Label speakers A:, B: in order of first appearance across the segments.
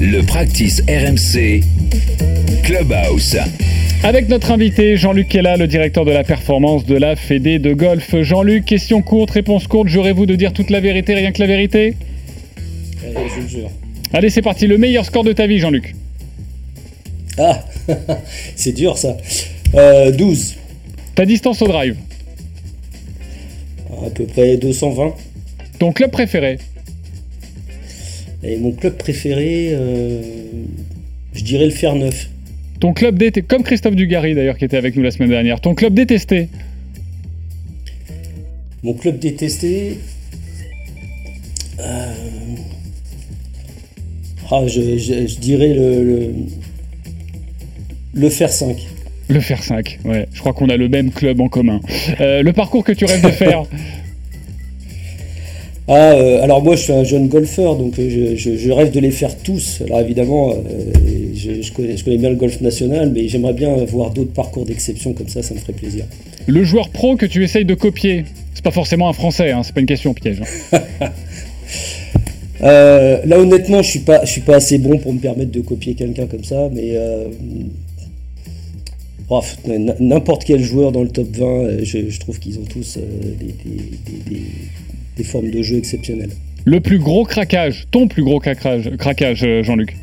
A: Le practice RMC Clubhouse.
B: Avec notre invité Jean-Luc Kella, le directeur de la performance de la Fédé de golf. Jean-Luc, question courte, réponse courte. Jurez-vous de dire toute la vérité, rien que la vérité
C: Allez, je le jure.
B: Allez, c'est parti. Le meilleur score de ta vie, Jean-Luc
C: Ah, c'est dur ça. Euh, 12,
B: Ta distance au drive
C: à peu près 220.
B: Ton club préféré
C: Et mon club préféré, euh, je dirais le Fer 9.
B: Ton club détesté Comme Christophe Dugarry d'ailleurs qui était avec nous la semaine dernière. Ton club détesté
C: Mon club détesté. euh, ah, je, je- je dirais le, le, le Fer 5.
B: Le faire 5. Ouais, je crois qu'on a le même club en commun. Euh, le parcours que tu rêves de faire
C: Ah, euh, alors moi je suis un jeune golfeur, donc euh, je, je- je rêve de les faire tous. Alors évidemment, euh, je, je connais, je connais bien le golf national, mais j'aimerais bien voir d'autres parcours d'exception comme ça, ça me ferait plaisir.
B: Le joueur pro que tu essayes de copier C'est pas forcément un français, hein, c'est pas une question piège. hein.
C: Euh, là honnêtement, je suis pas, je suis pas assez bon pour me permettre de copier quelqu'un comme ça, mais euh, oh, pff, n- n'importe quel joueur dans le top 20, euh, je, je trouve qu'ils ont tous euh, des, des- des- des- des formes de jeu exceptionnelles.
B: Le plus gros craquage, ton plus gros craquage, craquage euh, Jean-Luc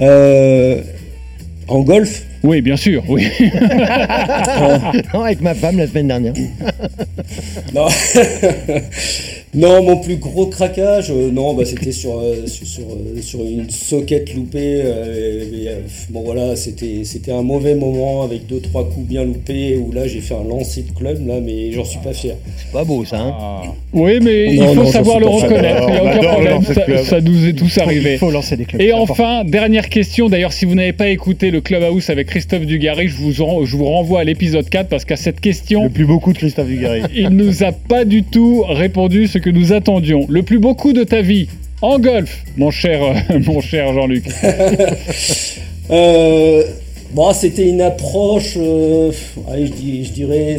C: Euh, en golf,
B: Oui, bien sûr, oui.
D: Non, avec ma femme la semaine dernière.
C: Non. non, mon plus gros craquage, euh, non, bah, c'était sur, euh, sur, sur, euh, sur une socket loupée. euh, et, euh, bon voilà, c'était c'était un mauvais moment avec deux trois coups bien loupés où là j'ai fait un lancer de club là, mais j'en suis pas fier.
D: C'est pas beau ça. Hein.
B: Oui, mais
C: Non,
B: il faut
C: non, ça,
B: savoir
C: c'est
B: le
C: pas ça.
B: reconnaître, il n'y a
E: On
B: aucun
E: adore
B: problème,
E: lancer de
B: ça,
E: club.
B: ça nous est tous arrivé.
D: Il faut lancer des clubs.
B: Et
D: c'est important.
B: enfin, dernière question, d'ailleurs si vous n'avez pas écouté le Clubhouse avec Christophe Dugarry, je vous, en- je vous renvoie à l'épisode 4 parce qu'à cette
E: Le
B: question,
E: plus beau coup de Christophe Dugarry.
B: il nous a pas du tout répondu ce que nous attendions. Le plus beau coup de ta vie en golf, mon cher, euh, mon cher Jean-Luc.
C: Euh, bon, c'était une approche, euh, allez, je, dis- je dirais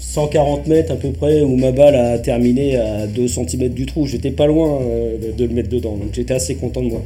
C: 140 mètres à peu près, où ma balle a terminé à 2 cm du trou. J'étais pas loin euh, de le mettre dedans, donc j'étais assez content de moi.